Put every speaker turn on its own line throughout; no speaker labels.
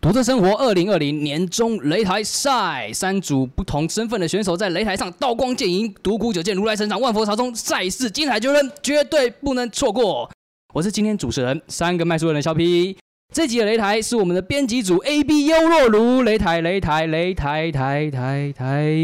独特生活二零二零年中擂台赛，三组不同身份的选手在擂台上刀光剑影，独孤九剑如来神掌，万佛朝宗，赛事精彩绝伦，绝对不能错过。我是今天主持人三个麦书人的肖 P。这集的擂台是我们的编辑组 A B 优若如擂台擂台擂台台台台。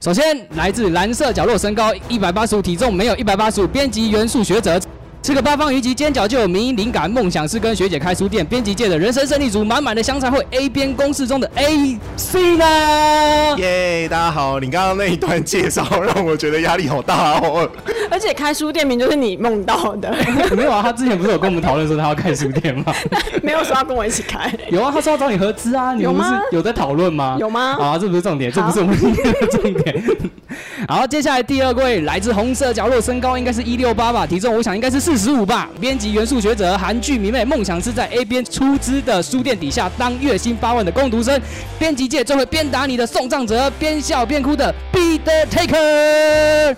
首先来自蓝色角落，身高一百八十五，体重没有一百八十五，编辑元素学者。吃个八方云集，煎饺就有民营灵感。梦想是跟学姐开书店，编辑界的人生胜利组，满满的香菜会 A 边公式中的 A C 啦。
耶大家好！你刚刚那一段介绍让我觉得压力好大哦。
而且开书店名就是你梦到的，
没有啊，他之前不是有跟我们讨论说他要开书店吗？
没有说要跟我一起开。
有啊，他说要找你合资啊，你
有
们不是
吗
有在讨论吗？
有吗
啊，这不是重点，这不
好
是我们今天的重点。 好，接下来第二位来自红色角落，身高应该是一六八吧，体重我想应该是四十五吧。编辑元素学者韩剧迷妹，梦想是在 A 边出资的书店底下当月薪八万的工读生。编辑界最会边打你的送葬者，边笑边哭的 Be the Taker。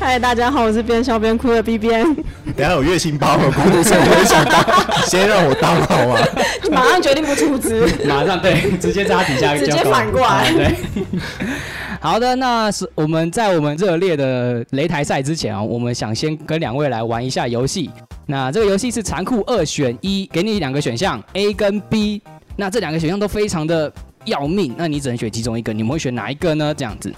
嗨，大家好，我是边笑边哭的 B 边，
等一下有月薪包吗？工读生我也想当，先让我当好吗？
马上决定不出资。
马上 对，直接在他底下
直接
就要搞
反过来
啊对， 好的，那是我们在我们热烈的擂台赛之前啊、我们想先跟两位来玩一下游戏。那这个游戏是残酷二选一，给你两个选项 A 跟 B，那这两个选项都非常的要命，那你只能选其中一个，你们会选哪一个呢？这样子。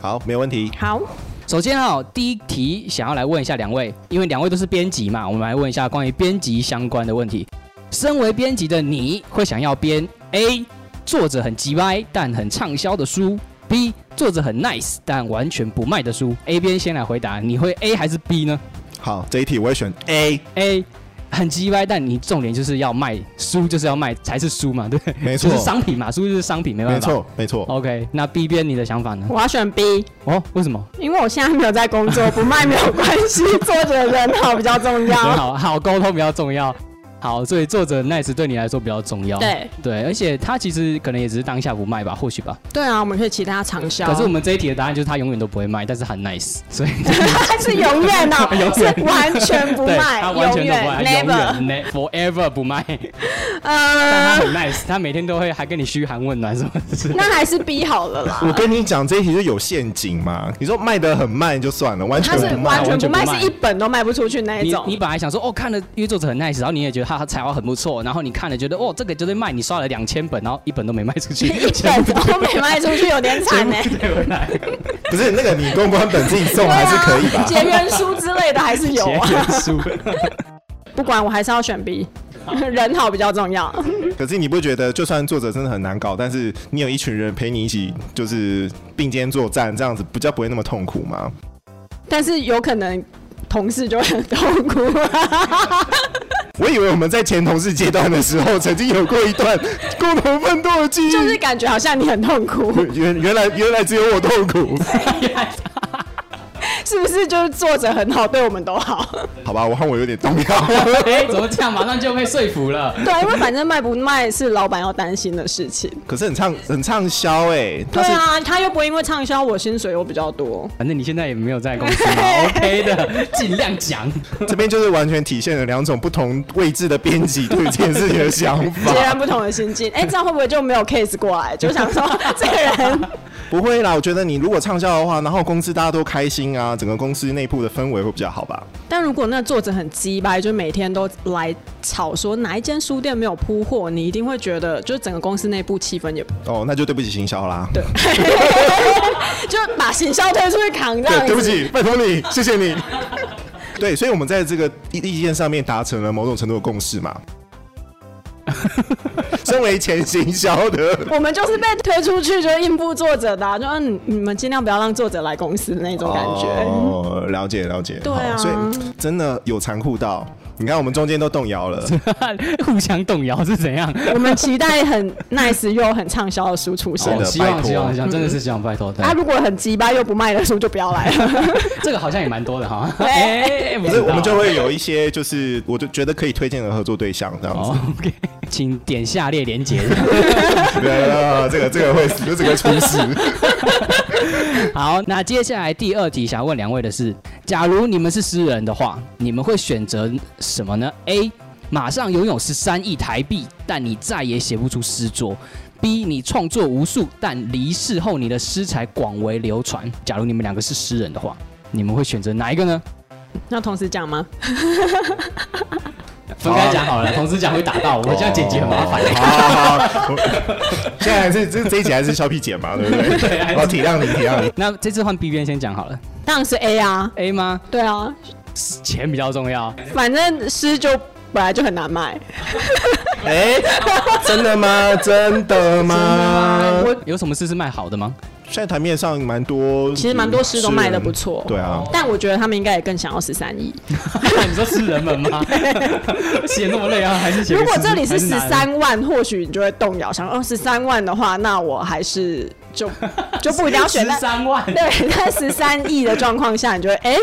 好，没问题。
好，
首先啊、第一题想要来问一下两位，因为两位都是编辑嘛，我们来问一下关于编辑相关的问题。身为编辑的你会想要编 A 作者很急歪但很畅销的书，B 作者很 nice 但完全不卖的书。A 边先来回答，你会 A 还是 B 呢
好，这一题我会选 A，
？A 很鸡歪，但你重点就是要卖书，就是要卖才是书嘛，对不对？
没
就
错
是，商品嘛，书就是商品，没办
没
法。
错，没错。
OK，那 B 边你的想法呢？
我要选 B，
哦，为什么？
因为我现在没有在工作，不卖没有关系，作者人好比较重
很
要。
好，好沟通比较重要。好，所以作者 nice 对你来说比较重要。
对
对，而且他其实可能也只是当下不卖吧，或许吧。
对啊，我们可以期待他畅销。
可 是我们这一题的答案就是他永远都不会卖，但是很 nice，所以，
还是永远的哦
永远
是完全不
对
卖，
他完全都不卖，永
，never。
远 ne- forever 不 卖。但他
呃，
很 nice，他每天都会还跟你嘘寒问暖什么 的。
那还是 B 好了啦。
我跟你讲，这一题就有陷阱嘛。你说卖得很慢就算了，完
他
全
是
不卖
完全不卖，
完全不卖
是一本都卖不出去那一
你
种。
你本来想说哦，看了因为作者很 nice，然后你也觉得他他才华很不错，然后你看了觉得哦，这个绝对卖，你刷了两千本，然后一本都没卖出去，
一
全
本
部
都没卖出去，有点惨呢、欸
全部退回来。
不是那个你公关本自己送
对
还是可以
啊，
吧？
结缘书之类的还是有啊
写。原书。
不管，我还是要选 B，人 好比较重要。
可是你不觉得，就算作者真的很难搞，但是你有一群人陪你一起，就是并肩作战，这样子比较不会那么痛苦吗？
但是有可能同事就会很痛 苦、
我以为我们在前同事阶段的时候，曾经有过一段共同奋斗的记忆。
就是感觉好像你很痛苦，
原原来原来只有我痛苦，
哎是不是？就是作者很好，对我们都好。
好吧，我看我有点动摇。
哎、怎么这样？马上就被说服了。
对，因为反正卖不卖是老板要担心的事情。
可是很畅很畅销哎，
对
他是
啊，他又不会因为畅销我薪水又比较 多。
反正你现在也没有在公司嘛 ，OK 的，尽量讲。
这边就是完全体现了两种不同位置的编辑对于这件事情的想
截
法。
然不同的心境，哎、这样会不会就没有 case 过来？就想说这个人
不会啦，我觉得你如果畅销的话，然后公司大家都开心啊，整个公司内部的氛围会比较好吧。
但如果那作者很鸡掰，就每天都来吵说哪一间书店没有铺货，你一定会觉得，就是整个公司内部气氛也不
哦，那就对不起行销啦。
对，就把行销推出去扛这样
对，
子。
对不，起，拜托你，谢谢你。对，所以我们在这个意意见上面达成了某种程度的共识嘛。身为前行销的，
我们就是被推出去就应付作者的、啊，就嗯，你们尽量不要让作者来公司那种感觉。
哦，了解了解，
对啊
好所以真的有残酷到，你看我们中间都动摇了，
互相动摇是怎样？
我们期待很 nice 又很畅销的书出
真
哦
的。
现
希
拜
望
托
希望希望，真的是希望拜托。对
他、，如果很鸡掰又不卖的书，就不要来了。
这个好像也蛮多的哈。
对
哎哎不
可
知
是
道
我们就会有一些，就是我就觉得可以推荐的合作对象这样子
哦。OK，请点下列连接。
对啊，这个这个会死，这个出事。
好，那接下来第二题想问两位的是，假如你们是诗人的话，你们会选择什么呢？A 马上拥有十三亿台币，但你再也写不出诗作。B，你创作无数，但离世后你的诗才广为流传。假如你们两个是诗人的话，你们会选择哪一个呢？
那同时讲吗？
分开讲好了，啊同时讲会打 到我，这样剪辑很麻烦。
好好好，现在还是这这一集还是肖屁姐嘛，对不对？我体谅你，体谅你。
那这次换 B 边先讲好了
当然是 A 啊，
，A 吗？
对啊，
钱比较重要。
反正诗就本来就很难卖。
哎，真的吗？真的吗？
我有什么事是卖好的吗？
现在台面上蛮多，
其实蛮多诗都卖得不错
对啊，
但我觉得他们应该也更想要十三亿。
你说诗人们吗？写那么累啊，还是写个
如果这里
还
是十
拿
三万，或许你就会动摇，想哦十三万的话，那我还是 就就不一定要选。但
13万
对，但十三亿的状况下，你就会哎、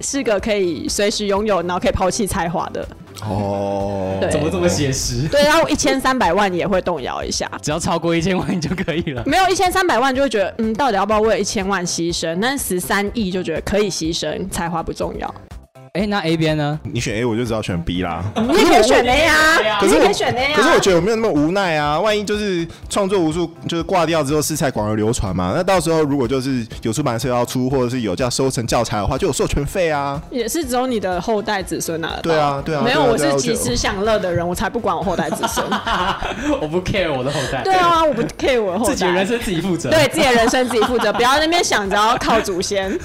是个可以随时拥有，然后可以抛弃才华的。
哦，
对怎么
这么写实？
对，然后一千三百万也会动摇一下。
只要超过一千万就可以 了。
没有一千三百万就会觉得，嗯，到底要不要为一千万牺牲？但十三亿就觉得可以牺牲，才华不重 要。
哎，那 A 边呢？
你选 A 我就知道选 B 啦。
你也可以选 A 啊，
可
你
是
也
我
可以选 A 啊。
可是我觉得我没有那么无奈啊，万一就是创作无数，就是挂掉之后，私菜广而流传嘛。那到时候如果就是有出版社要出，或者是有叫收成教材的话，就有授权费啊。
也是只有你的后代子孙拿得到。
对啊对啊
没有，
对啊
我
对
是
啊我
及
就
时享乐的人，我才不管我后代子 孙。
我不 care 我的后代，
对啊，我不 care 我的后代。
自己的人生自己负责。
对自己的人生自己负责，不要在那边想着要靠 祖先。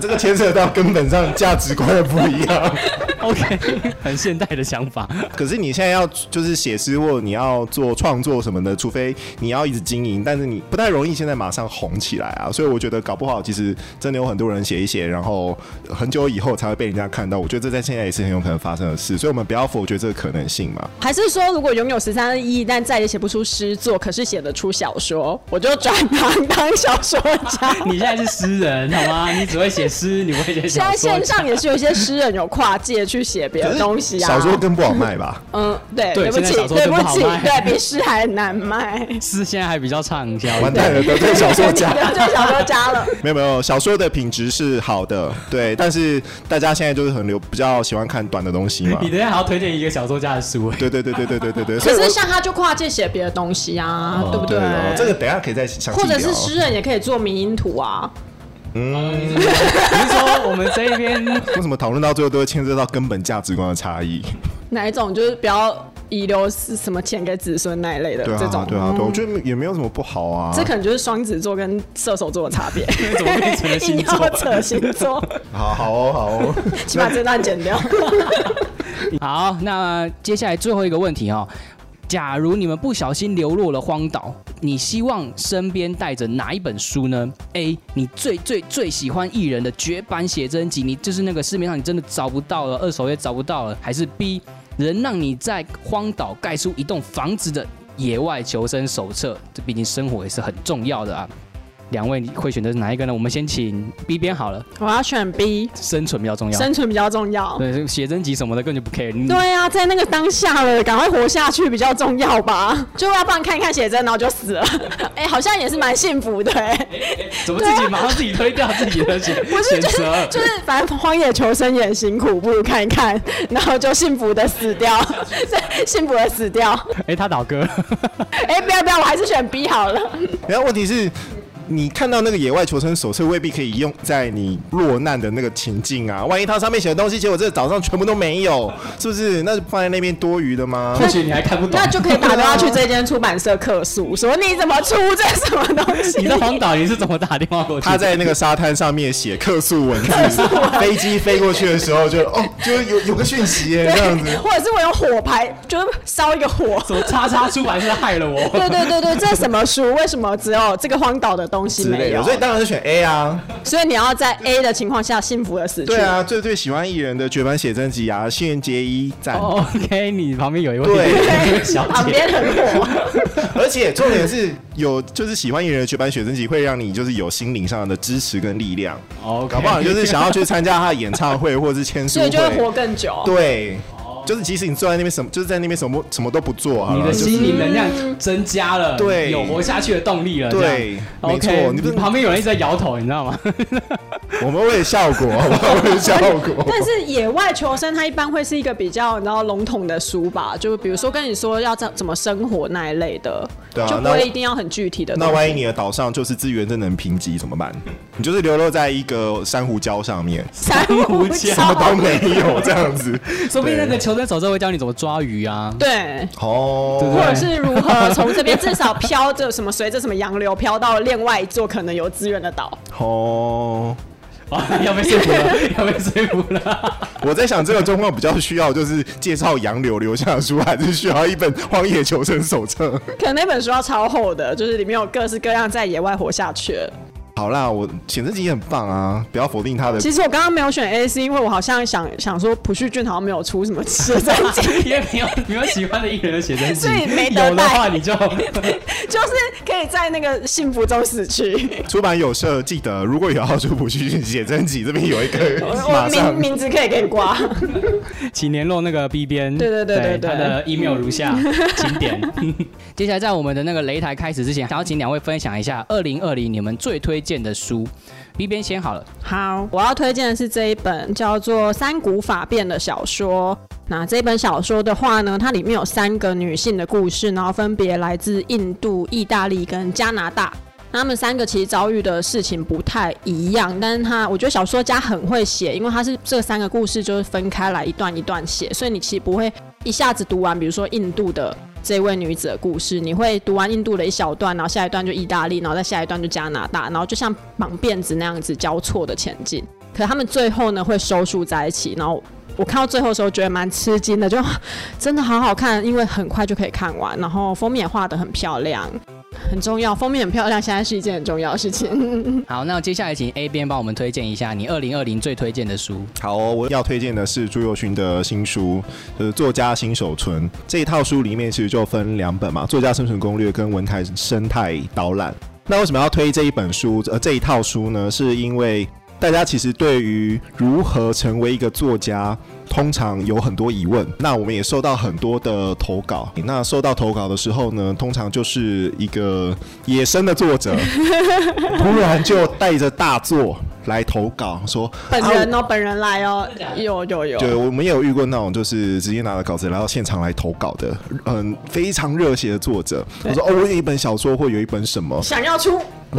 这个牵涉到根本上价值观的不一样。
，OK，很现代的想法。
可是你现在要就是写诗或你要做创作什么的，除非你要一直经营，但是你不太容易现在马上红起来啊。所以我觉得搞不好其实真的有很多人写一写，然后很久以后才会被人家看到。我觉得这在现在也是很有可能发生的事，所以我们不要否决这个可能性嘛。
还是说，如果拥有十三亿，但再也写不出诗作，可是写得出小说，我就转行当小说 家。
你现在是诗人好吗？你只会写诗，你不会写
现
小
在
说
线。上也是有一些诗人有跨界去写别
可
的
是
东西啊。
小说更不好卖吧？
嗯，对，
对
对不
现在
起，
小说
对
更
不
不好
起，
卖
对比诗还难卖。
诗现在还比较畅销。
完蛋了，得罪小说家。
对，就是小说家了。
没有没有，小说的品质是好的，对，但是大家现在就是很流，比较喜欢看短的东 西嘛
你。等一下还要推荐一个小说家的书，
对对对对对对对对，所
可
以我
是像他就跨界写别的东西啊，对不对？
哦这个等一下可以再详细
或
聊。
者是诗人也可以做迷因图啊，
比如说我们这一边
为什么讨论到最后都会牵涉到根本价值观的差异？
哪一种就是不要遗留是什么钱给子孙那一类的
对啊
这种。
对啊对，我觉得也没有什么不好啊。
这可能就是双子座跟射手座的差别，
怎么变成了
硬
星
要
座？
扯星座，
好好哦好哦，
请把这段剪掉。
好，那接下来最后一个问题哦。假如你们不小心流落了荒岛，你希望身边带着哪一本书呢？A. 你最最最喜欢艺人的绝版写真集，你就是那个市面上你真的找不到了，二手也找不到了，还是 B. 能让你在荒岛盖出一栋房子的野外求生手册？这毕竟生活也是很重要的啊。两位你会选择哪一个呢？我们先请 B 边好了，
我要选 B，
生存比较重要。
生存比较重要。
对，写真集什么的根本就不 care。你
对啊，在那个当下了，赶快活下去比较重要吧。就要不然看一看写真，然后就死了。 哎、好像也是蛮幸福的、哎。
怎么自己马上自己推掉自己的选 选择？
就是反正荒野求生也很辛苦，不如看一看， 然后就幸福的 死掉，幸福的死掉。
哎，他倒戈，
哎、不要不要，我还是选 B 好了。
然后问题是。你看到那个野外求生手册，未必可以用在你落难的那个情境啊！万一它上面写的东西，结果这个岛上全部都没有，是不是？那放在那边多余 的吗？
许你还看不懂
那就 可以打电话去这间出版社客诉，说你怎么出这什么东西？
你在荒岛你是怎么打电话过去？
他在那个沙滩上面写客诉文字，飞机飞过去的时候就哦，就有有个讯息耶，这样子。
或者是我用火牌，就是烧一个 火。
什么叉叉出版社害了我？
对对对对，这是什么书？为什么只有这个荒岛的东西
之
没
类
有
的，？所以当然是选 A 啊，
所以你要在 A 的情况下幸福的死去。
对啊，最最喜欢艺人的绝版写真集啊，新垣结衣赞。
哦 OK，你旁边有一
对
位小
旁
姐，
边 很火。
而且重点是有，就是喜欢艺人的绝版写真集会让你就是有心灵上的支持跟力量，
哦，
搞不好你就是想要去参加他的演唱会或者是签书哦
所以就会
会。
活更久。
对，就是即使你坐在那边什么，就是在那边什么什么都不做好
你
了，
的
就是
心灵能量增加了，
对
有活下去的动力了。这
对
样，
没错
OK，，
你不是
旁边有人一直在摇头，你知道吗？
我们为了效果，好不好？为了效 果。
但是野外求生，它一般会是一个比较你知道笼统的书吧，就比如说跟你说要怎怎么生活那一类的，
对啊
就不
那我
会一定要很具体的东
那
西。
万一你的岛上就是资源真的很贫瘠怎么办？你就是流落在一个珊瑚礁上面，
珊瑚
礁
什么都没有这样 子。
说不定那
对
个求生手册会教你怎么抓鱼啊。
对。
哦，
对
或者是如何从这边至少飘着什么，随着什么洋流飘到另外一座可能有资源的岛。
哦，
哇，要被说服了，要被说服了。
我在想这个状况比较需要就是介绍洋流留下的书，还是需要一本《荒野求生手册》？
可能那本书要超厚的，就是里面有各式各样在野外活下去的。
好啦，我显示机很棒啊，不要否定他的。
其实我刚刚没有选 A，是因为我好像想想说朴叙俊好像没有出什么吃的专辑，
因为没有没有喜欢的艺人的写真集，
所以没得
有的
带
话你就
就是可以在那个幸福中死去。
出版有社记得，如果有要出普旭写真集，这边有一个
我
马
我
上
名名字可以给你挂。
请联络那个 B 边。
对对对对对
他的 email 如 下，请点。接下来在我们的那个擂台开始之前，想要请两位分享一下二零二零你们最推荐的书。B 边先好了，
好，我要推荐的是这一本叫做《三股法变》的小说。那这本小说的话呢，它里面有三个女性的故事，然后分别来自印度、意大利跟加拿大。那他们三个其实遭遇的事情不太一样，但是他我觉得小说家很会写，因为他是这三个故事就是分开来一段一段写，所以你其实不会一下子读完，比如说印度的这位女子的故事，你会读完印度的一小段，然后下一段就意大利，然后再下一段就加拿大，然后就像绑辫子那样子交错的前进。可他们最后呢会收束在一起，然后我看到最后的时候觉得蛮吃惊的，就啊真的好好看，因为很快就可以看完，然后封面也画得很漂亮，很重要，封面很漂亮，现在是一件很重要的事情。
好，那接下来请 A 边帮我们推荐一下你二零二零最推荐的书。
好哦、我要推荐的是朱佑勋的新书，就是《作家新手村》这一套书里面其实就分两本嘛，《作家生存攻略》跟《文台生态导览》。那为什么要推这一本书？呃，这一套书呢，是因为大家其实对于如何成为一个作家，通常有很多疑问。那我们也收到很多的投稿。那收到投稿的时候呢，通常就是一个野生的作者，突然就带着大作来投稿，说
本
啊
人哦，本人来哦，有有有，
对，我们也有遇过那种，就是直接拿着稿子来到现场来投稿的，嗯，非常热血的作者。我说哦，我有一本小说或有一本什么，
想要出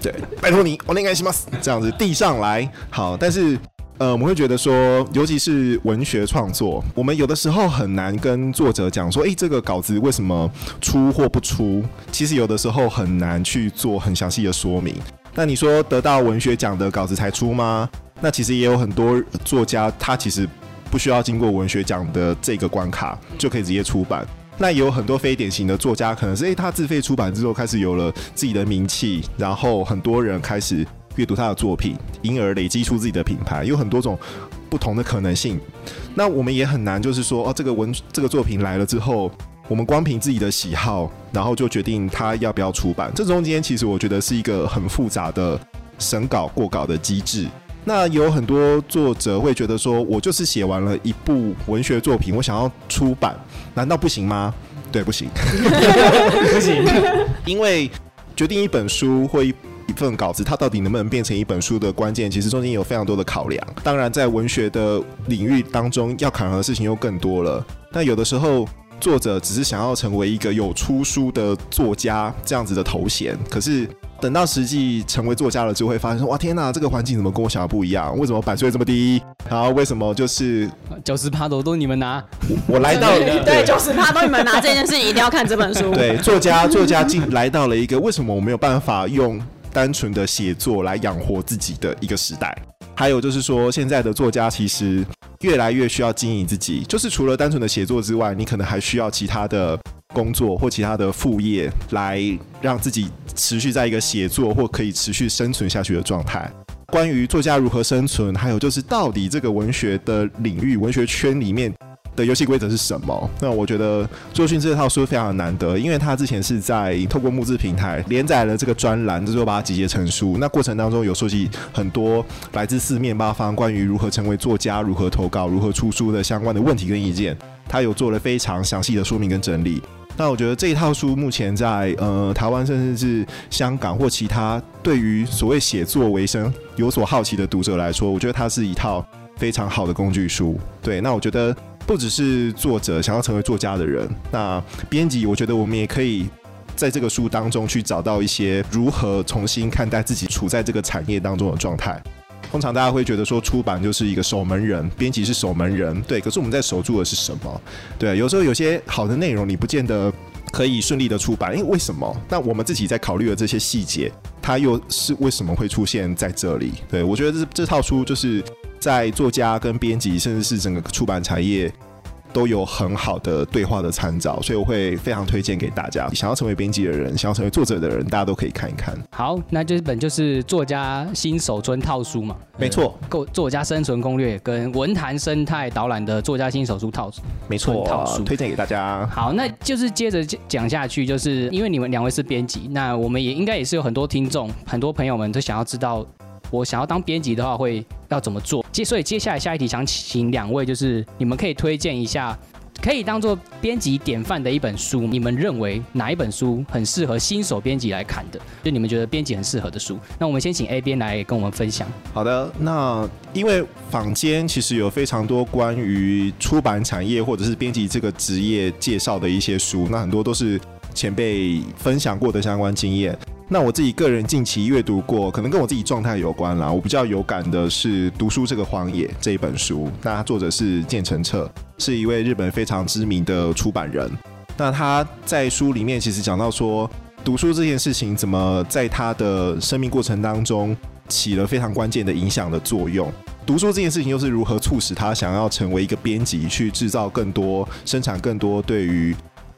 对，拜托你，我那个什么，这样子递上来。好，但是呃，我们会觉得说，尤其是文学创作，我们有的时候很难跟作者讲说，诶，这个稿子为什么出或不出？其实有的时候很难去做很详细的说明。那你说得到文学奖的稿子才出吗？那其实也有很多作家，他其实不需要经过文学奖的这个关卡就可以直接出版。那也有很多非典型的作家，可能是诶、他自费出版之后开始有了自己的名气，然后很多人开始阅读他的作品，因而累积出自己的品牌，有很多种不同的可能性。那我们也很难就是说哦，这个文这个作品来了之后。我们光凭自己的喜好，然后就决定他要不要出版。这中间其实我觉得是一个很复杂的审稿过稿的机制。那有很多作者会觉得说，我就是写完了一部文学作品，我想要出版，难道不行吗？对，不行，
不 行，
因为决定一本书或一一份稿子，它到底能不能变成一本书的关键，其实中间有非常多的考量。当然，在文学的领域当中，要考量的事情又更多了。那有的时候，作者只是想要成为一个有出书的作家这样子的头衔，可是。等到实际成为作家了，就会发现说：哇，天哪，这个环境怎么跟我想的不一样？为什么版税这么低？然后为什么就是
九十趴的都你们拿，
我来到
对，就是怕帮你们拿这件事，一定要看这本 书。
对，作家作家进来到了一个为什么我没有办法用单纯的写作来养活自己的一个时代。还有就是说，现在的作家其实越来越需要经营自己，就是除了单纯的写作之外，你可能还需要其他的工作或其他的副业来让自己持续在一个写作或可以持续生存下去的状态。关于作家如何生存，还有就是到底这个文学的领域、文学圈里面的游戏规则是什么。那我觉得《作训》这套书非常的难得，因为它之前是在透过募资平台连载了这个专栏，就是把它集结成书。那过程当中有收集很多来自四面八方关于如何成为作家、如何投稿、如何出书的相关的问题跟意见，它有做了非常详细的说明跟整理。那我觉得这一套书目前在呃台湾，甚至是香港或其他对于所谓写作为生有所好奇的读者来说，我觉得它是一套非常好的工具书。对，那我觉得不只是作者想要成为作家的人，那编辑，我觉得我们也可以。在这个书当中去找到一些如何重新看待自己处在这个产业当中的状态。通常大家会觉得说出版就是一个守门人，编辑是守门人，对。可是我们在守住的是什么？对，有时候有些好的内容你不见得可以顺利的出版，因为为什么？那我们自己在考虑的这些细节，它又是为什么会出现在这里？对我觉得这这套书就是在作家跟编辑，甚至是整个出版产业。都有很好的对话的参照，所以我会非常推荐给大家。想要成为编辑的人，想要成为作者的人，大家都可以看一看。
好，那这本就是作家新手村套书嘛，
没错，
够作家生存攻略跟文坛生态导览的作家新手书套书。
没
纯套书
推荐给大家。
好，那就是接着讲下去，就是因为你们两位是编辑，那我们也应该也是有很多听众、很多朋友们都想要知道，我想要当编辑的话会要怎么做。接所以接下来下一题想请两位，就是你们可以推荐一下，可以当做编辑典范的一本书，你们认为哪一本书很适合新手编辑来看的？就你们觉得编辑很适合的书。那我们先请 A 编来跟我们分享。
好的，那因为坊间其实有非常多关于出版产业或者是编辑这个职业介绍的一些书，那很多都是前辈分享过的相关经验。那我自己个人近期阅读过，可能跟我自己状态有关啦。我比较有感的是《读书这个荒野》这一本书，那它作者是建成彻，是一位日本非常知名的出版人。那他在书里面其实讲到说，读书这件事情怎么在他的生命过程当中起了非常关键的影响的作用。读书这件事情又是如何促使他想要成为一个编辑，去制造更多、生产更多对于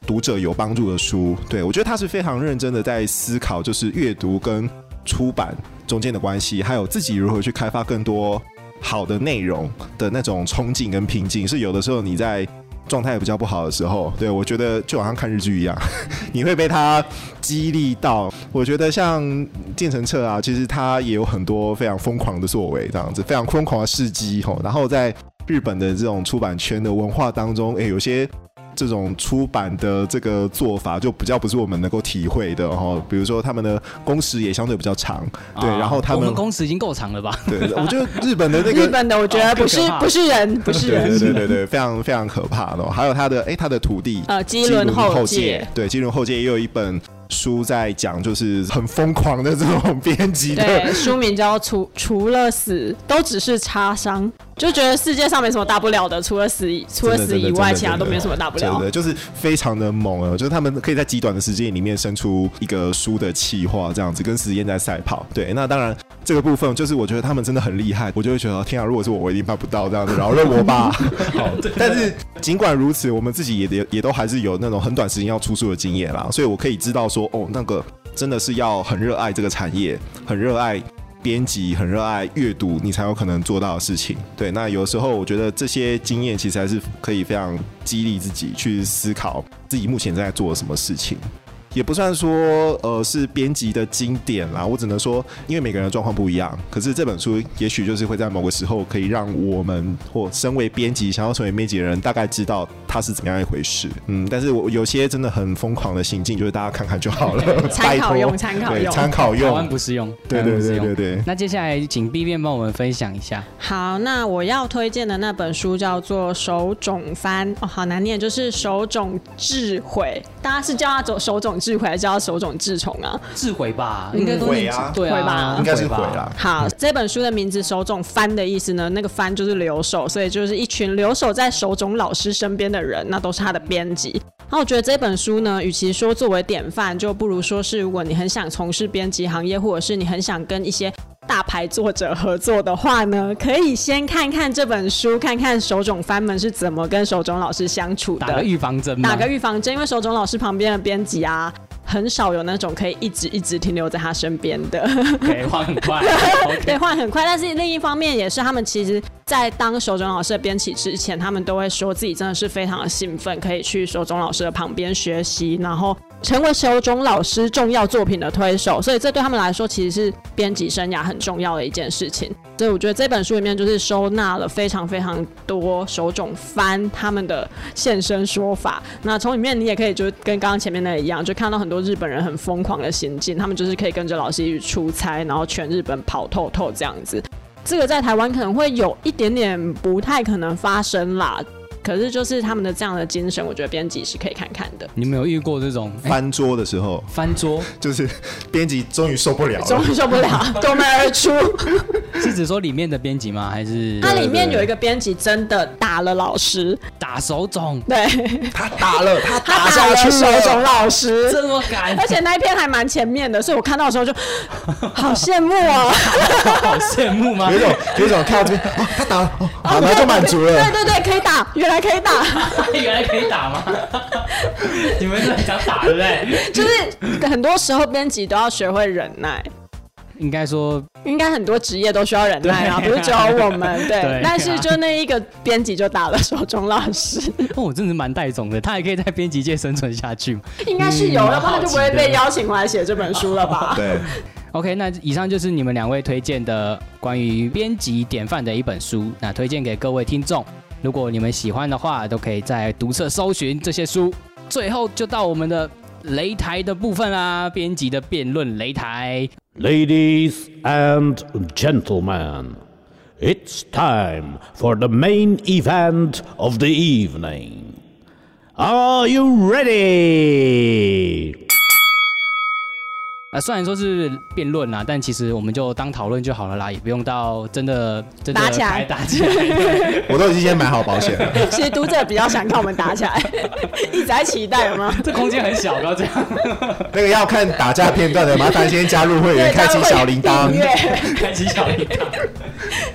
读者有帮助的书？对我觉得他是非常认真的在思考，就是阅读跟出版中间的关系，还有自己如何去开发更多好的内容的那种冲劲跟瓶颈。是有的时候你在状态比较不好的时候，对我觉得就好像看日剧一样， 你会被他激励到。我觉得像建成彻啊，其实他也有很多非常疯狂的作为，这样子非常疯狂的事迹吼。然后在日本的这种出版圈的文化当中，诶，有些这种出版的这个做法就比较不是我们能够体会的哦。比如说他们的工时也相对比较长，对，
啊
然后他
我
们
们工时已经够长了吧？
对，我觉得日本的那
日
个
本的我觉
哦
得不
更
是
可怕
不是人，不是
对
人
对，对对对，非常非常可怕的哦、还有他的哎，他的土地
呃，基伦后界，，
对，基伦后界也有一本书在讲，就是很疯狂的这种 编辑的
对，书名叫除除了死都只是擦伤，就觉得世界上没什么大不了的，除了死以除了死
真的
以外，
真的
其他都没什么大不
真
了。
的就是非常的猛啊！就是他们可以在极短的时间里面生出一个书的企划，这样子跟实验在赛跑。对，那当然这个部分就是我觉得他们真的很厉害，我就会觉得天啊，如果是我，我一定办不到这样子，饶了我 吧。好，但是尽管如此，我们自己也也也都还是有那种很短时间要出书的经验啦，所以我可以知道说，哦，那个真的是要很热爱这个产业，很热爱编辑很热爱阅读，你才有可能做到的事情。对，那有时候我觉得这些经验其实还是可以非常激励自己去思考自己目前在做什么事情。也不算说呃是编辑的经典啦，我只能说，呃因为每个人的状况不一样，可是这本书也许就是会在某个时候可以让我们或身为编辑想要成为编辑的人，大概知道它是怎么样一回事。嗯，但是我有些真的很疯狂的行径，就是大家看看就好了，
参考用
拜托
参考
对
用
参考
台湾
用，
不适用，
对
台湾
对
不适
对
用
对对。
那接下来请 B 面帮我们分享一下。
好，那我要推荐的那本书叫做《手冢翻》，哦，好难念，就是手冢智慧。大家是叫它手手冢智慧，还是叫它手冢治虫啊？
智慧吧，
嗯
应该都是
毁啊
对
毁吧
啊，
应该是毁
吧
啦。
嗯
好，这本书的名字“手冢翻”的意思呢，那个“翻”就是留守，所以就是一群留守在手冢老师身边的人，那都是他的编辑。然后我觉得这本书呢，与其说作为典范，就不如说是如果你很想从事编辑行业，或者是你很想跟一些大牌作者合作的话呢，可以先看看这本书，看看手冢翻们是怎么跟手冢老师相处的。
打个预防针嘛，
打个预防针，因为手冢老师旁边的编辑啊，很少有那种可以一直一直停留在他身边的。
可以换很快。
对，
OK，
换很快。但是另一方面也是，他们其实在当手冢老师的编辑之前，他们都会说自己真的是非常的兴奋，可以去手冢老师的旁边学习，然后成为手冢老师重要作品的推手。所以这对他们来说，其实是编辑生涯很重要的一件事情。所以我觉得这本书里面就是收纳了非常非常多手冢番他们的现身说法。那从里面你也可以就跟刚刚前面那一样，就看到很多日本人很疯狂的行径，他们就是可以跟着老师一起出差，然后全日本跑透透这样子。这个在台湾可能会有一点点不太可能发生啦。可是就是他们的这样的精神，我觉得编辑是可以看看的。
你们有遇过这种哎
翻桌的时候，
翻桌？
就是编辑终于受不了
终
了，
于受不 了，夺门而出。
是指说里面的编辑吗？还是
它里面有一个编辑真的打了老师，
打手肿？
对
他打了，他
他打
下
了
去
手冢
了。
老师，
这么敢
而且那一篇还蛮前面的，所以我看到的时候就 好羡慕哦。
好羡慕吗
有一？种有一种看到这边，哦，他打了，哦，好，那就满足
对
了。
对对，可以打，原来可以打，
原来可以打吗？ 你们是很想打对不对？
就是很多时候编辑都要学会忍耐。
应该说
应该很多职业都需要忍耐啊，
对啊
不是只有 我们对。
对啊
但是就那一个编辑就打了手中老 师，
哦，我真的是蛮带种的，他还可以在编辑界生存下去。
应该是有，
嗯
要不然他就不会被邀请回来写这本书了吧？
对，
OK，那以上就是你们两位推荐的关于编辑典范的一本书，那推荐给各位听众。如果你们喜欢的话，都可以在读册搜寻这些书。最后就到我们的擂台的部分啦，编辑的辩论擂台。
Ladies and gentlemen, it's time for the main event of the evening. Are you ready?
啊，虽然说是辩论啦，但其实我们就当讨论就好了啦，也不用到真的真的
打起来
开打起来。
我都已经先买好保险了。
其实读者比较想看我们打起来， 一直在期待，有吗？
这空间很小，不要这样，
那个要看打架片段的，麻烦先加入会员，开启小铃铛
订。阅
开启小铃 铛，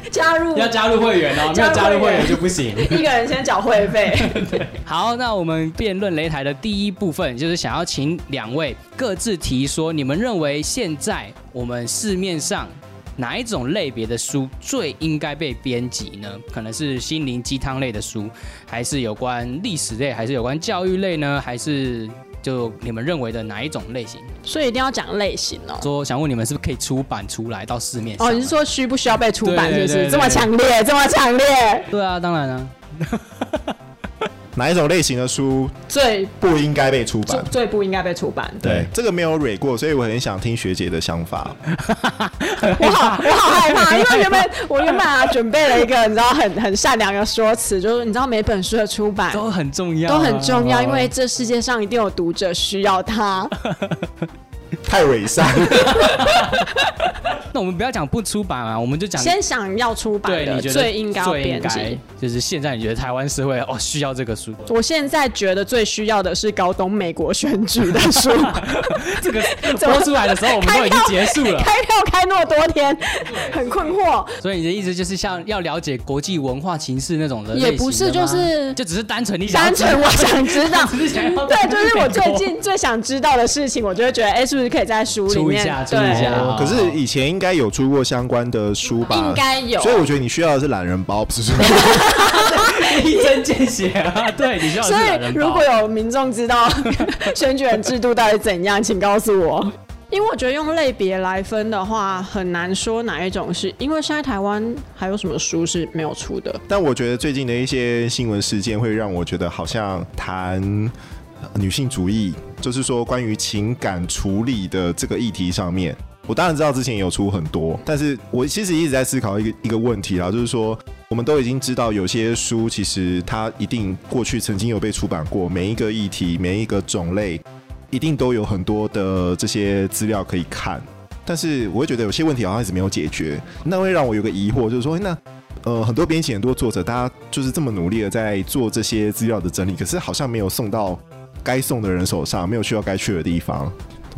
加入
要加入会员哦，没有加入会员就不行。
一个人先缴会费，
好，那我们辩论擂台的第一部分就是想要请两位各自提说，你们认为现在我们市面上哪一种类别的书最应该被编辑呢？可能是心灵鸡汤类的书，还是有关历史类，还是有关教育类呢？还是就你们认为的哪一种类型？
所以一定要讲类型哦。
说想问你们是不是可以出版出来到市面上？
哦，你是？说需不需要被出版？是
对对对
不是
对
这么强烈？这么强烈？
对啊，当然啊。
哪一种类型的书
最
不应该被出
最
版？
最不应该被出版。
对，这个没有蕊过，所以我很想听学姐的想法。
我好，我好害怕，因为原本我原本啊准备了一个你知道很很善良的说辞，就是你知道每本书的出版
都很重要啊、
都很重要，
哦
因为这世界上一定有读者需要它。
太伪善，
那我们不要讲不出版啊，我们就讲
先想要出版
对，
的
你觉得
最应该要
最应
编
该
辑。
就是现在你觉得台湾社会哦需要这个 书，
我现在觉得最需要的是搞懂美国选举的书。
这个
怎么
播出来的时候我们都已经结束了，
开票开那么多天，很困惑。
所以你的意思就是像要了解国际文化情势那种的类型的吗，
也不是就是
就只是单纯你想要
单纯我想知 道
只是想要，
对，就是我最近最想知道的事情，我就会觉得，哎、是不是可以在书里
出一
面
下出一
对
下，
可是以前应该有出过相关的书吧？
哦应该有
所以我觉得你需要的是懒人包，不是书。
一针见血啊， 对，你需要的
所
是懒
以
人
如
包
果有民众知 道选举人制度到底怎样，请告诉我。因为我觉得用类别来分的话，很难说哪一种是因为现在台湾还有什么书是没有出的，
但我觉得最近的一些新闻事件会让我觉得好像谈呃女性主义，就是说关于情感处理的这个议题上面。我当然知道之前有出很多，但是我其实一直在思考一个一个问题啦，就是说我们都已经知道有些书其实它一定过去曾经有被出版过，每一个议题、每一个种类一定都有很多的这些资料可以看，但是我会觉得有些问题好像一直没有解决，那会让我有个疑惑，就是说诶那呃，很多编辑、很多作者，大家就是这么努力的在做这些资料的整理，可是好像没有送到该送的人手上，没有去到该去的地方。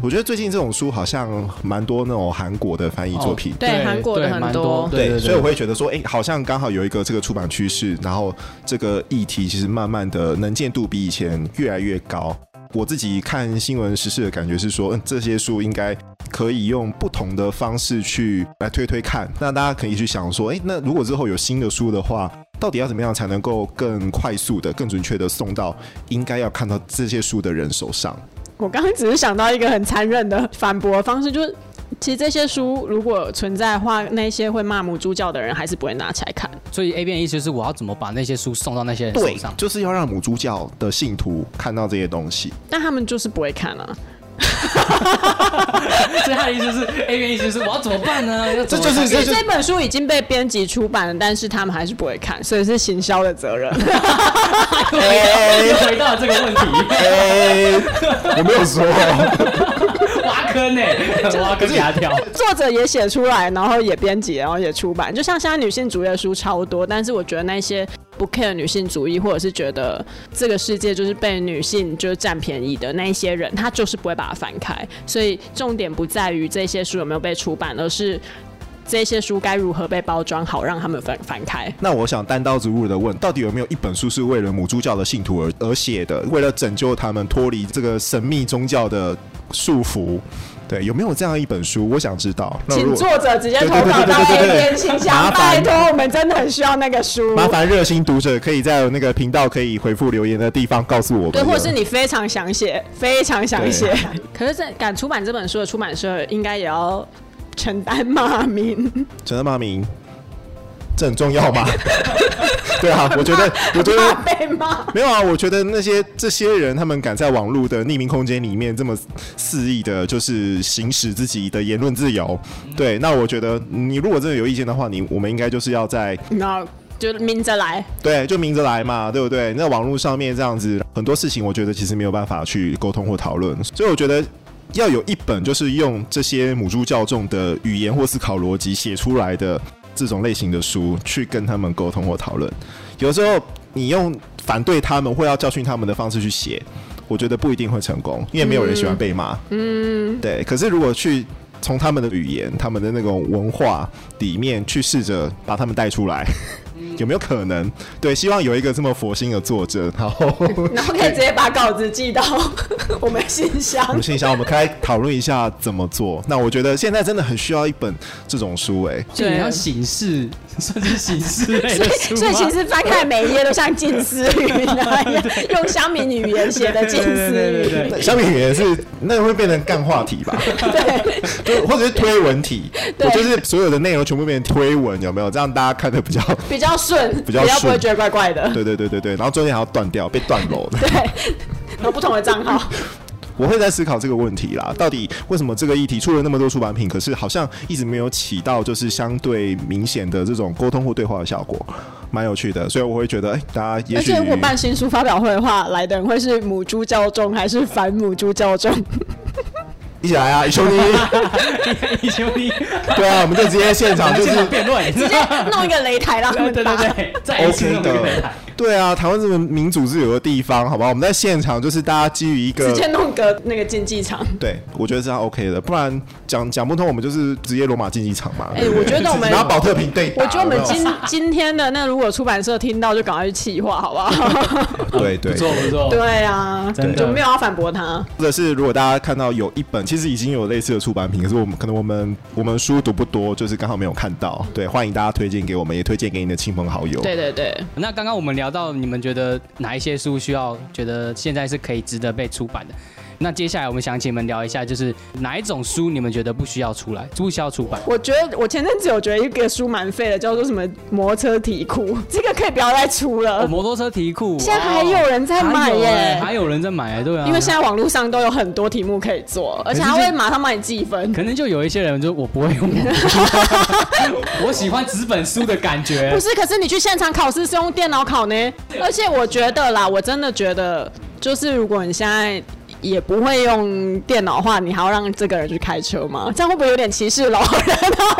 我觉得最近这种书好像蛮多那种韩国的翻译作品，
对韩国的
对
很
蛮
多
对对，
所以我会觉得说，哎、好像刚好有一个这个出版趋势，然后这个议题其实慢慢的能见度比以前越来越高。我自己看新闻时事的感觉是说，嗯，这些书应该。可以用不同的方式去来推推看。那大家可以去想说，哎，那如果之后有新的书的话，到底要怎么样才能够更快速的、更准确的送到应该要看到这些书的人手上？
我刚刚只是想到一个很残忍的反驳的方式，就是其实这些书如果存在的话，那些会骂母猪教的人还是不会拿起来看。
所以 A 变的意思就是我要怎么把那些书送到那些人手
对
上，？
就是要让母猪教的信徒看到这些东西。
但他们就是不会看啊，
所以他的意思是 A 变的意思是我要怎么办呢？要怎
这
么
就是
办
这
这
就是
这本书已经被编辑出版了，但是他们还是不会看，所以是行销的责 任。
又回到了这个问题，
哎，我没有说，
挖坑呢、 挖坑给他跳。
作者也写出来，然后也编辑，然后也出版。就像现在女性主义的书超多，但是我觉得那些不 care 女性主义，或者是觉得这个世界就是被女性就是占便宜的那一些人，他就是不会把它翻开。所以重点不在于这些书有没有被出版，而是。这些书该如何被包装好，让他们翻翻开？
那我想单刀直入的问，到底有没有一本书是为了母猪教的信徒而而写的，为了拯救他们脱离这个神秘宗教的束缚？对，有没有这样一本书？我想知道。那如
请
果
作者直接
对
投
对对
稿到
对对
A
对
边信
麻
箱，拜
烦
托，我们真的很需要那个书。
麻烦热心读者可以在那个频道可以回复留言的地方告诉我们。
对，或者是你非常想写，非常想写
对。
可是这敢出版这本书的出版社，应该也要承担骂名。
陈德茂明，这很重要吗？ 对啊，我觉得，我觉
怕
得
被骂。
没有啊，我觉得那些这些人，他们敢在网络的匿名空间里面这么肆意的，就是行使自己的言论自由。对，那我觉得你如果真的有意见的话，你我们应该就是要在
那就明着来，
对就明着来嘛，对不对？那网络上面这样子很多事情，我觉得其实没有办法去沟通或讨论，所以我觉得。要有一本就是用这些母猪教众的语言或思考逻辑写出来的这种类型的书，去跟他们沟通或讨论。有时候你用反对他们或要教训他们的方式去写，我觉得不一定会成功，因为没有人喜欢被骂。嗯，对。可是如果去从他们的语言、他们的那种文化里面去试着把他们带出来。有没有可能？对，希望有一个这么佛心的作者，然 后我
然后可以直接把稿子寄到我们信箱
们。心想，我们开讨论一下怎么做。那我觉得现在真的很需要一本这种书、欸诶。
所以你要醒视，算是醒视类
所
的
以，
书吗
所以其实翻开每一页都像近似语那样，用乡民语言写的近
对对对对
似
对
语。
那小品语言是 那会变成干话题吧？
对，
就或者是推文体，
对
我就是所有的内容全部变成推文，有没有？这样大家看的比较，
比较顺，
比较
不会
顺
觉得怪怪的。
对对对对对，然后中间还要断掉，被断楼。
对，然后不同的账号。
我会在思考这个问题啦，到底为什么这个议题出了那么多出版品，可是好像一直没有起到就是相对明显的这种沟通或对话的效果，蛮有趣的。所以我会觉得，哎、大家也
而
许
且如果办新书发表会的话，来的人会是母猪教众还是反母猪教众？
一起来啊，兄弟，
你兄弟，
对啊，我们就直接现场就
现
是
场辩论，
直接弄一个擂台让他
对
们
对
打。
对对，再一次
OK
弄这个擂
的
台。，
对啊，台湾这么民主自由的地方，好吧，我们在现场就是大家基于一
直
个
接弄个那个竞技场。
对，我觉得这样 OK 的，不然讲讲不通，我们就是直接罗马竞技场嘛。
哎
对不对
我觉得我们
拿保特瓶对打，
我觉得我们
有 没
今今天的那如果出版社听到就赶快去气化，好不好？
有对对
不错不错，
对啊，
真的
就没有要反驳他。
或者是如果大家看到有一本其实已经有类似的出版品，可是我们可能我们我们书读不多，就是刚好没有看到。对，欢迎大家推荐给我们，也推荐给你的亲朋好友。
对对对，
那刚刚我们聊到，你们觉得哪一些书需要觉得现在是可以值得被出版的？那接下来我们想请你们聊一下，就是哪一种书你们觉得不需要出来，不需要出版？
我觉得我前阵子有觉得一个书蛮废的，叫做什么摩托车题库，这个可以不要再出
哦
了。
摩托车题库，
现在还
哦
有人在买
还有欸
耶，
还有人在买欸，对啊，
因为现在网络上都有很多题目可以做，而且他
可是
会
就
马上帮你计分。
可能就有一些人就我不会用网络， 我喜欢纸本书的感觉
不。是，可是你去现场考试是用电脑考呢，而且我觉得啦，我真的觉得，就是如果你现在也不会用电脑的话，你还要让这个人去开车吗？这样会不会有点歧视老人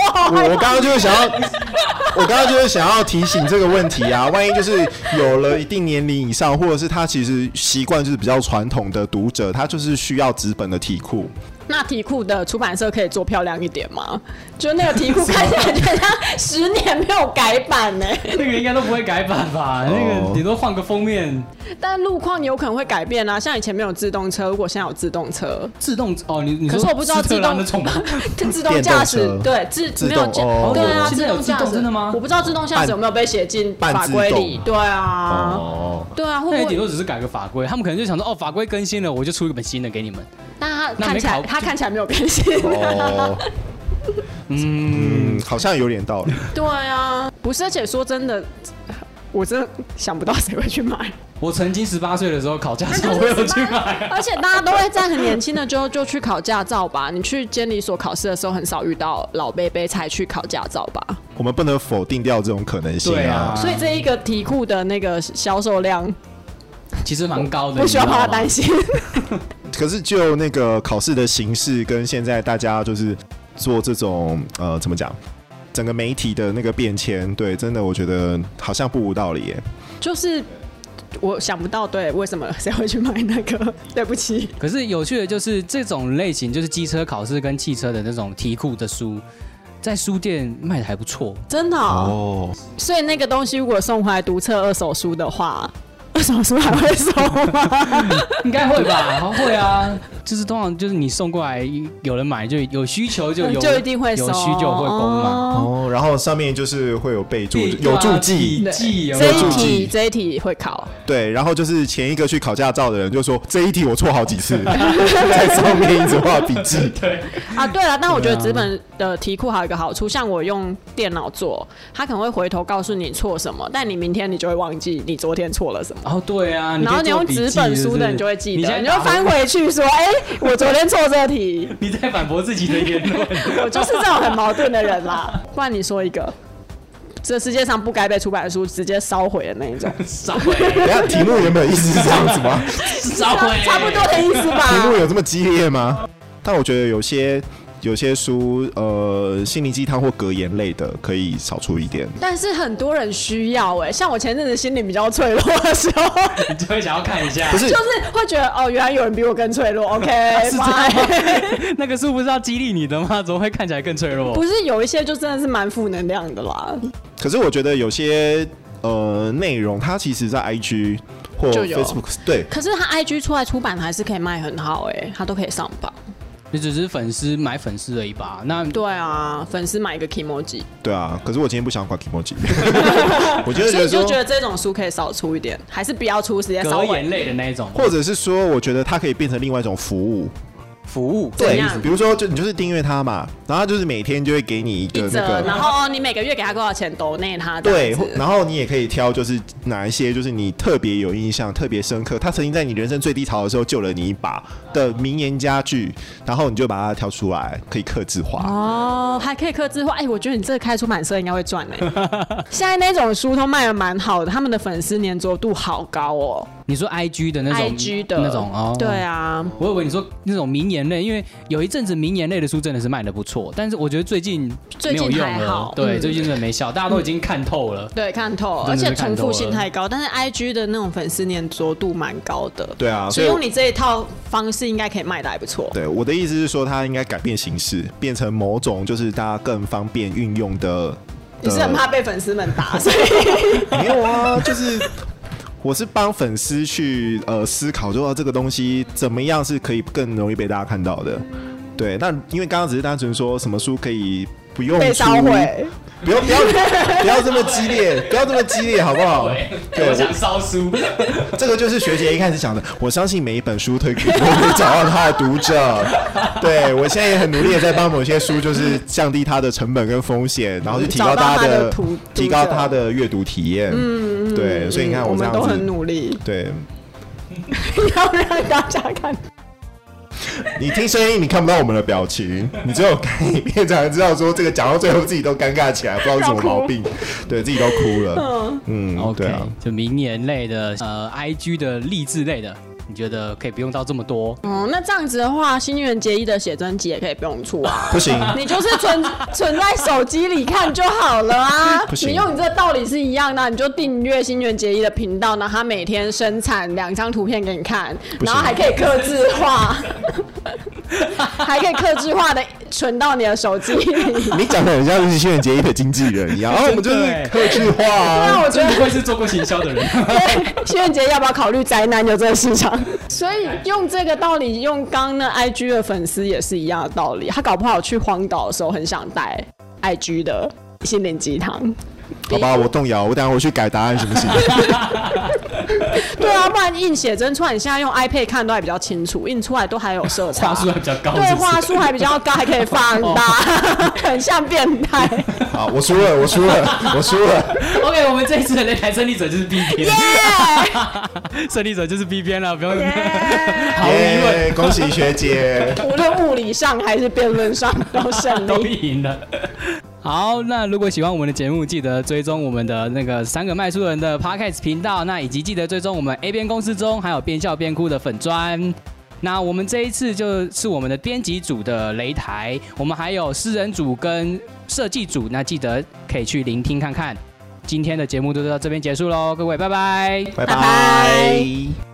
啊？
我我刚刚就是想要， 我刚刚就是想要提醒这个问题啊，万一就是有了一定年龄以上，或者是他其实习惯就是比较传统的读者，他就是需要纸本的题库。
那题库的出版社可以做漂亮一点吗？就那个题库看起来就像十年没有改版呢、
那个应该都不会改版吧？那
哦
个顶多换个封面，
但路况有可能会改变啊，像以前没有自动车，如果现在有自动车，
自动哦，你你
可
说
是我不知道
斯特拉
自动
那种 吗？
自动驾驶
电动车
对自
自动
没有驾
哦
对啊，
现在有
自动驾
自
驶
动真的吗
我不知道自动驾驶有没有被写进法规里，
半自动
对啊，
哦，
对啊，
那
会
也
不
顶
会？
多只是改个法规，他们可能就想说哦，法规更新了，我就出一本新的给你们。
那他
那
看
没
起来
考
他看起来没有更新，
哦，嗯，好像有点道理。
对啊，不是，而且说真的，我真的想不到谁会去买。
我曾经十八岁的时候考驾照，
那
我
就是
有去
18
买。
而且大家都会在很年轻的时候就去考驾照吧？你去监理所考试的时候，很少遇到老贝贝才去考驾照吧？
我们不能否定掉这种可能性
对啊
啊。，
所以这一个题库的那个销售量
哦其实蛮高的，
不需要
你知
怕
道吗
他担。心。
可是就那个考试的形式跟现在大家就是做这种呃怎么讲，整个媒体的那个变迁，对，真的我觉得好像不无道理耶。
就是我想不到，对，为什么谁会去买那个？ 对不起，
可是有趣的就是这种类型，就是机车考试跟汽车的那种题库的书，在书店卖的还不 错。
真的、
哦，
哦。所以那个东西如果送回来读册二手书的话， 二手书还会收吗？
应该会吧？会啊，就是通常就是你送过来，有人买就有需求就有，
就一定会收，
有需就会供嘛。
哦
哦，然后上面就是会有备注，
必
有注记，
对记有
这
注
一
记
题这一题会 考，
对，然后就是前一个去考驾照的人就说这一题我错好几 次，在上面一直画笔记。
啊，对了，但我觉得纸本的题库还有一个好处，像我用电脑做，它可能会回头告诉你错什么，但你明天你就会忘记你昨天错了什么。
哦，对啊，
然后你用纸本书的，你就会记得，你就会翻
回，
回去说：“哎、我昨天错这题。
你在反驳自己的言论。”
我就是这种很矛盾的人啦。 不然你说一个，这世界上不该被出版的书直接烧毁的那一 种，
烧毁，
等一下题目原本意思是这样子 吗？
烧毁，
差不多。的意思
题目
吧？
有这么激烈吗？但我觉得有些有些书，呃，心灵鸡汤或格言类的可以少出一点。
但是很多人需要哎、像我前阵子心理比较脆弱的时候，
你就会想要看一下
不。是
就， 是会觉得哦，原来有人比我更脆弱，OK，
是这样吗 那个书不是要激励你的吗？怎么会看起来更脆弱？
不是有一些就真的是蛮负能量的啦，
可是我觉得有些呃内容，它其实在 IG 或
就有
Facebook 对。
可是他 IG 出来出版还是可以卖很好哎、他都可以上榜。
你只是粉丝买粉丝而已吧？那
对啊，粉丝买一个 emoji，
对啊，可是我今天不想管 emoji，我觉得
所以你就
说
觉得这种书可以少出一点，还是不要出，直接稍
隔
微
眼泪的那一种
或者是说，我觉得它可以变成另外一种服务。
服务，
怎样
比如说，就你就是订阅它嘛，然后它就是每天就会给你一个
一
那
折，然
个。
后你每个月给他多少钱都内他这
对，
样
或
子
然后你也可以挑，就是哪一些就是你特别有印象、特别深刻，他曾经在你人生最低潮的时候救了你一把的名言佳句，然后你就把它挑出来，可以克制化。
哦，还可以刻字化，哎、我觉得你这个开出版社应该会赚哎、 现在那种书都卖的蛮好的，他们的粉丝粘着度好高哦
你说 I G 的那种
，IG 的
那种哦，
对啊，
我以为你说那种名言类，因为有一阵子名言类的书真的是卖的不错，但是我觉得最近
最
没有
近
用
还
了
好，
对，
嗯
最近真的没效，大家都已经看透了。
对，看透，而
真的
且
是看透
重复性
了
太高，但是 IG 的那种粉丝粘着度蛮高的。
对啊，
所
所
以
以我
用你这一套方式应该可以卖的还不错。
对我的意思是说，它应该改变形式，变成某种就是大家更方便运用 的。
你是很怕被粉丝们 打，所以
没有啊，就是我是帮粉丝去呃思考，就说这个东西怎么样是可以更容易被大家看到的。对，那因为刚刚只是单纯说什么书可以不用
被
出
烧毁，
不要不要不要这么激烈，不要这么激烈，好不 好？对，
我
我
想烧 书，
这个就是学姐一开始讲的。我相信每一本书推给都会找到它的读者。对我现在也很努力的在帮某些书，就是降低它的成本跟风险，然后去提高
找到
它
它的
的
图
提高
读者
它的阅读体验。嗯，对，所以你看
我
这
们
样
都很
子，
努 力
对
要让大家看。
你听声音，你看不到我们的表情，你只有看影片才能知道说这个讲到最后自己都尴尬起来，不知道是什么毛病，对自己都哭了。嗯，
OK，
对啊。。
就明年类的，呃，IG 的励志类的，你觉得可以不用到这么 多？
哦，那这样子的话，新垣结衣的写真集也可以不用出啊
不行，
你就是存 存在手机里看就好了啊！
不行
你用你这个道理是一样的啊，你就订阅新垣结衣的频道，然后他每天生产两张图片给你看，
行
然后还可以刻字化。 还可以克制化的存到你的手机里。
你讲的很像是轩辕杰一的经纪人一样，哦然后我们就是克制化啊。
那我觉
真
得
不愧是做过行销的人。
轩辕杰要不要考虑宅男有这个市场？ 所以用这个道理，用刚那 IG 的粉丝也是一样的道理。他搞不好去荒岛的时候很想带 IG 的心灵鸡汤。
好吧，我动摇，我等下回去改答案行不行？
对啊，不然硬写真出来，你现在用 iPad 看都还比较清楚，印出来都还有色差
话。术还比较高，
对
是，不是
话术还比较高，还可以放 大，很像变态。
好，我输了，我输了，我输了。
OK，我们这一次的擂台胜利者 就是 B 边，胜利者就是 B 边了，不用。毫无疑问
耶恭喜学姐。
无论物理上还是辩论上都 胜
都
利。
赢了。
好，那如果喜欢我们的节目，记得追踪我们的那个三个卖书人的 podcast 频道，那以及记得追踪我们 A 边公司中还有边笑边哭的粉砖。那我们这一次就是我们的编辑组的擂台，我们还有诗人组跟设计组，那记得可以去聆听看看。今天的节目就到这边结束喽，各位拜拜。
拜
拜拜。